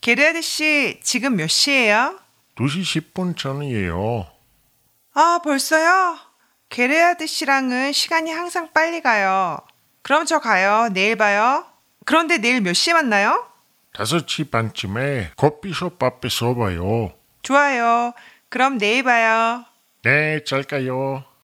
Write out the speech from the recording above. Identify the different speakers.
Speaker 1: 게르하드 씨, 지금 몇 시예요?
Speaker 2: 2시 10분 전이에요.
Speaker 1: 아, 벌써요? 게르하드 씨랑은 시간이 항상 빨리 가요. 그럼 저 가요. 내일 봐요. 그런데 내일 몇 시에 만나요?
Speaker 2: 5시 반쯤에 커피숍 앞에서 봐요.
Speaker 1: 좋아요. 그럼 내일 봐요.
Speaker 2: 네, 잘 가요.